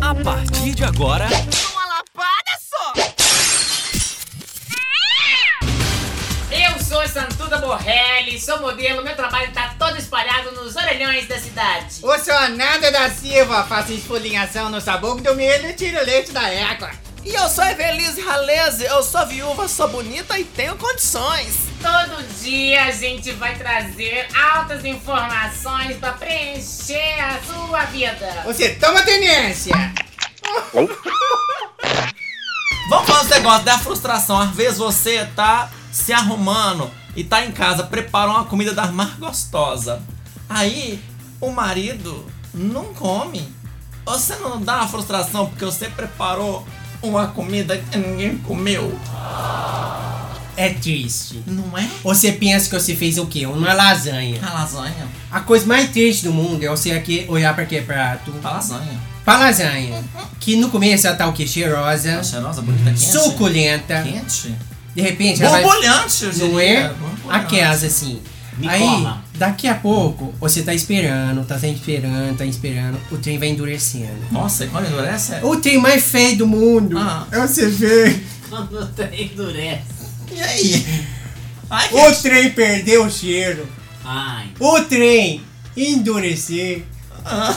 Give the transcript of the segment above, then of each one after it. A partir de agora, Uma lapada só! Eu sou Santuda Borrelli, sou modelo, meu trabalho tá todo espalhado nos orelhões da cidade. O seu Nanda da Silva faz esfolinhação no sabor do milho e tira o leite da égua. E eu sou Evelise Raleze, eu sou viúva, sou bonita e tenho condições. Todo dia a gente vai trazer altas informações pra preencher a sua vida. Você toma tenência! Vamos falar desse negócio da frustração. Às vezes você tá se arrumando e tá em casa, prepara uma comida das mais gostosa. Aí o marido não come. Você não dá uma frustração porque você preparou uma comida que ninguém comeu, É triste. não é? Você pensa que você fez o quê? Uma lasanha. A lasanha, A coisa mais triste do mundo é você aqui olhar pra que prato? a lasanha. Pra lasanha. Que no começo ela tá o quê? Cheirosa, É cheirosa, bonita, quente. suculenta. Quente. De repente ela vai... Borbulhante, eu Não diria, é? borbulhante. Aquelas assim. Me Aí, cola. daqui a pouco, você tá esperando, tá sempre esperando, tá esperando, o trem vai endurecendo. Nossa, e quando endurece é... O trem mais feio do mundo Ah. é você ver. Quando o trem endurece. E aí? Ai, que... O trem perdeu o cheiro. Ai, O trem endurecer. Ah.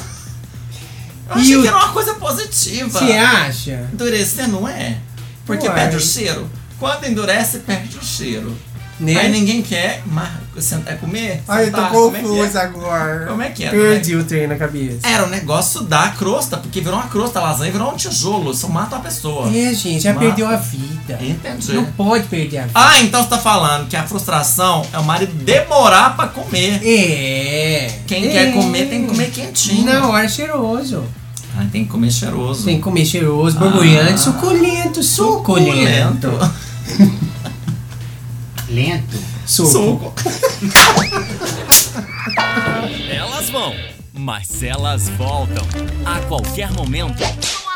Eu E achei o- que era uma coisa positiva. Você acha? Endurecer não é. Porque Uai. perde o cheiro. Quando endurece, perde o cheiro. Né? Aí ninguém quer mais sentar comer. Ai, eu tô sentar, confusa Como é que é? agora. Como é que é? Perdi o trem na cabeça. Era o negócio da crosta, porque virou uma crosta, a lasanha virou um tijolo, isso mata a pessoa. É, gente, já Mata. perdeu a vida. Entendi. É. Não pode perder a vida. Ah, então você tá falando que a frustração é o marido demorar pra comer. É. Ah. Quem É. quer comer tem que comer quentinho. Na hora cheiroso. Ah, tem que comer cheiroso. Tem que comer cheiroso, Ah. borbulhante, suculento, suculento. lento. Suco. elas vão, mas elas voltam. A qualquer momento, Uma